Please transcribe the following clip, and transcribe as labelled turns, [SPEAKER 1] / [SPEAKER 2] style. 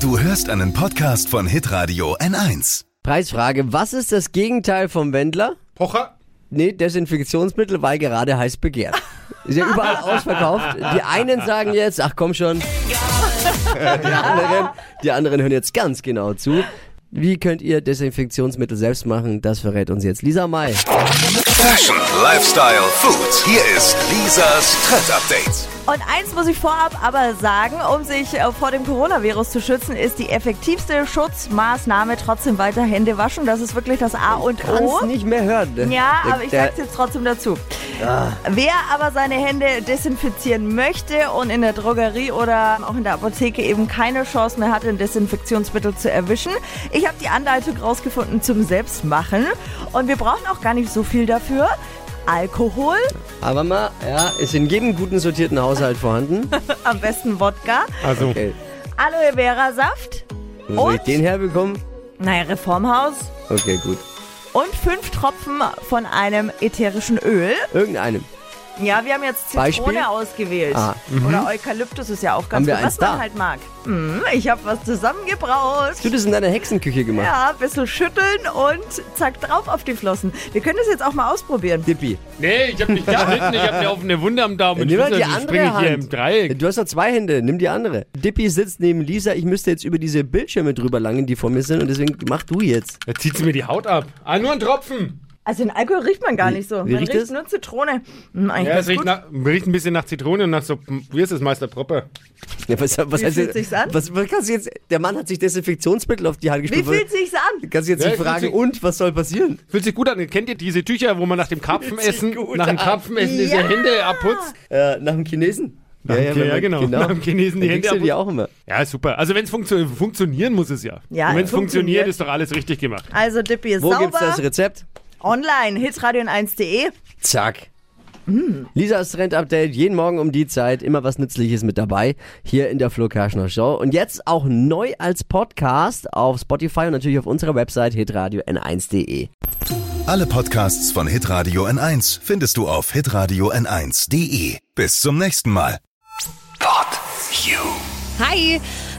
[SPEAKER 1] Du hörst einen Podcast von Hitradio N1.
[SPEAKER 2] Preisfrage, was ist das Gegenteil vom Wendler?
[SPEAKER 3] Pocher?
[SPEAKER 2] Nee, Desinfektionsmittel, weil gerade heiß begehrt. Ist ja überall ausverkauft. Die einen sagen jetzt, ach komm schon. Die anderen, die anderen hören jetzt ganz genau zu. Wie könnt ihr Desinfektionsmittel selbst machen? Das verrät uns jetzt Lisa May.
[SPEAKER 1] Fashion, Lifestyle, Food. Hier ist Lisas Trend Update.
[SPEAKER 4] Und eins muss ich vorab aber sagen, um sich äh, vor dem Coronavirus zu schützen, ist die effektivste Schutzmaßnahme trotzdem weiter Hände waschen. Das ist wirklich das A und O.
[SPEAKER 2] Kannst nicht mehr hören.
[SPEAKER 4] Oh. Ja, aber ich
[SPEAKER 2] Der- Ah.
[SPEAKER 4] sag's jetzt trotzdem dazu. Wer aber seine Hände desinfizieren möchte und in der Drogerie oder auch in der Apotheke eben keine Chance mehr hat, ein Desinfektionsmittel zu erwischen, ich habe die Anleitung rausgefunden zum Selbstmachen. Und wir brauchen auch gar nicht so viel dafür. Alkohol,
[SPEAKER 2] Aber mal, ja, ist in jedem guten sortierten Haushalt vorhanden.
[SPEAKER 4] am besten Wodka,
[SPEAKER 3] Also,
[SPEAKER 2] Okay.
[SPEAKER 4] Aloe Vera Saft,
[SPEAKER 2] Wo soll ich
[SPEAKER 4] Und?
[SPEAKER 2] den herbekommen?
[SPEAKER 4] naja, Reformhaus
[SPEAKER 2] Okay, gut.
[SPEAKER 4] und fünf Tropfen von einem ätherischen Öl.
[SPEAKER 2] Irgendeinem.
[SPEAKER 4] Ja, wir haben jetzt Zitrone
[SPEAKER 2] Beispiel?
[SPEAKER 4] ausgewählt.
[SPEAKER 2] Ah,
[SPEAKER 4] Oder Eukalyptus ist ja auch
[SPEAKER 2] Haben
[SPEAKER 4] ganz
[SPEAKER 2] wir
[SPEAKER 4] gut,
[SPEAKER 2] eins
[SPEAKER 4] was man
[SPEAKER 2] da?
[SPEAKER 4] halt mag. Mhm, ich habe was zusammengebraut.
[SPEAKER 2] Hast du das in deiner Hexenküche gemacht?
[SPEAKER 4] Ja, ein bisschen schütteln und zack, drauf auf die Flossen. Wir können das jetzt auch mal ausprobieren.
[SPEAKER 2] Dippi.
[SPEAKER 5] Nee, ich hab nicht geschnitten, ich hab eine offene Wunde am Daumen.
[SPEAKER 2] Ja,
[SPEAKER 5] Ich
[SPEAKER 2] nimm mal
[SPEAKER 5] wusste,
[SPEAKER 2] die
[SPEAKER 5] also
[SPEAKER 2] andere
[SPEAKER 5] springe
[SPEAKER 2] Hand.
[SPEAKER 5] hier im Dreieck.
[SPEAKER 2] Du hast doch zwei Hände, nimm die andere. Dippi sitzt neben Lisa, ich müsste jetzt über diese Bildschirme drüber langen, die vor mir sind und deswegen mach du jetzt.
[SPEAKER 5] Jetzt zieht sie mir die Haut ab. Ah, nur ein Tropfen.
[SPEAKER 4] Also den Alkohol riecht man gar nicht so.
[SPEAKER 2] wie
[SPEAKER 4] man
[SPEAKER 2] riecht
[SPEAKER 4] riecht,
[SPEAKER 2] das?
[SPEAKER 4] nur Zitrone. Hm, eigentlich
[SPEAKER 5] Ja,
[SPEAKER 4] ganz
[SPEAKER 5] es riecht,
[SPEAKER 4] gut.
[SPEAKER 5] nach, riecht ein bisschen nach Zitrone und nach so, wie ist es, Meister Proppe?
[SPEAKER 2] Ja, was, was
[SPEAKER 4] Wie
[SPEAKER 2] heißt
[SPEAKER 4] fühlt
[SPEAKER 2] jetzt-
[SPEAKER 4] sich's an?
[SPEAKER 2] Was, was kannst du jetzt, der Mann hat sich Desinfektionsmittel auf die Hand
[SPEAKER 4] Wie
[SPEAKER 2] gespielt.
[SPEAKER 4] fühlt sich's an?
[SPEAKER 2] Kannst du jetzt
[SPEAKER 5] Ja,
[SPEAKER 2] nicht
[SPEAKER 5] fühlt
[SPEAKER 2] fragen,
[SPEAKER 5] sich-
[SPEAKER 2] und was soll passieren?
[SPEAKER 5] Fühlt sich gut an. Kennt ihr diese Tücher, wo man nach dem Karpfen
[SPEAKER 2] sich
[SPEAKER 5] essen,
[SPEAKER 2] gut
[SPEAKER 5] nach dem
[SPEAKER 2] an.
[SPEAKER 5] Karpfen essen, diese
[SPEAKER 4] Ja.
[SPEAKER 5] Hände abputzt?
[SPEAKER 2] Äh, nach dem Chinesen?
[SPEAKER 5] Nach dem-
[SPEAKER 2] wenn
[SPEAKER 5] ja,
[SPEAKER 2] man-
[SPEAKER 5] genau. Nach dem Chinesen die
[SPEAKER 2] Dann kriegst
[SPEAKER 5] Hände
[SPEAKER 2] du die auch immer.
[SPEAKER 5] Ja, super. Also wenn es funktio funktionieren muss es ja.
[SPEAKER 4] Ja,
[SPEAKER 5] und wenn
[SPEAKER 4] es
[SPEAKER 5] es funktioniert,
[SPEAKER 4] funktioniert.
[SPEAKER 5] ist doch alles richtig gemacht.
[SPEAKER 4] Also Dippi ist
[SPEAKER 2] Wo gibt's das
[SPEAKER 4] sauber.
[SPEAKER 2] Rezept?
[SPEAKER 4] Online, hitradion1.de.
[SPEAKER 2] Zack. Lisas Trend-Update, jeden Morgen um die Zeit, immer was Nützliches mit dabei, hier in der Flo Kerschner Show. Und jetzt auch neu als Podcast auf Spotify und natürlich auf unserer Website hitradio n1.de.
[SPEAKER 1] Alle Podcasts von Hitradio N1 findest du auf hitradio n1.de. Bis zum nächsten Mal. Pod you.
[SPEAKER 6] Hi,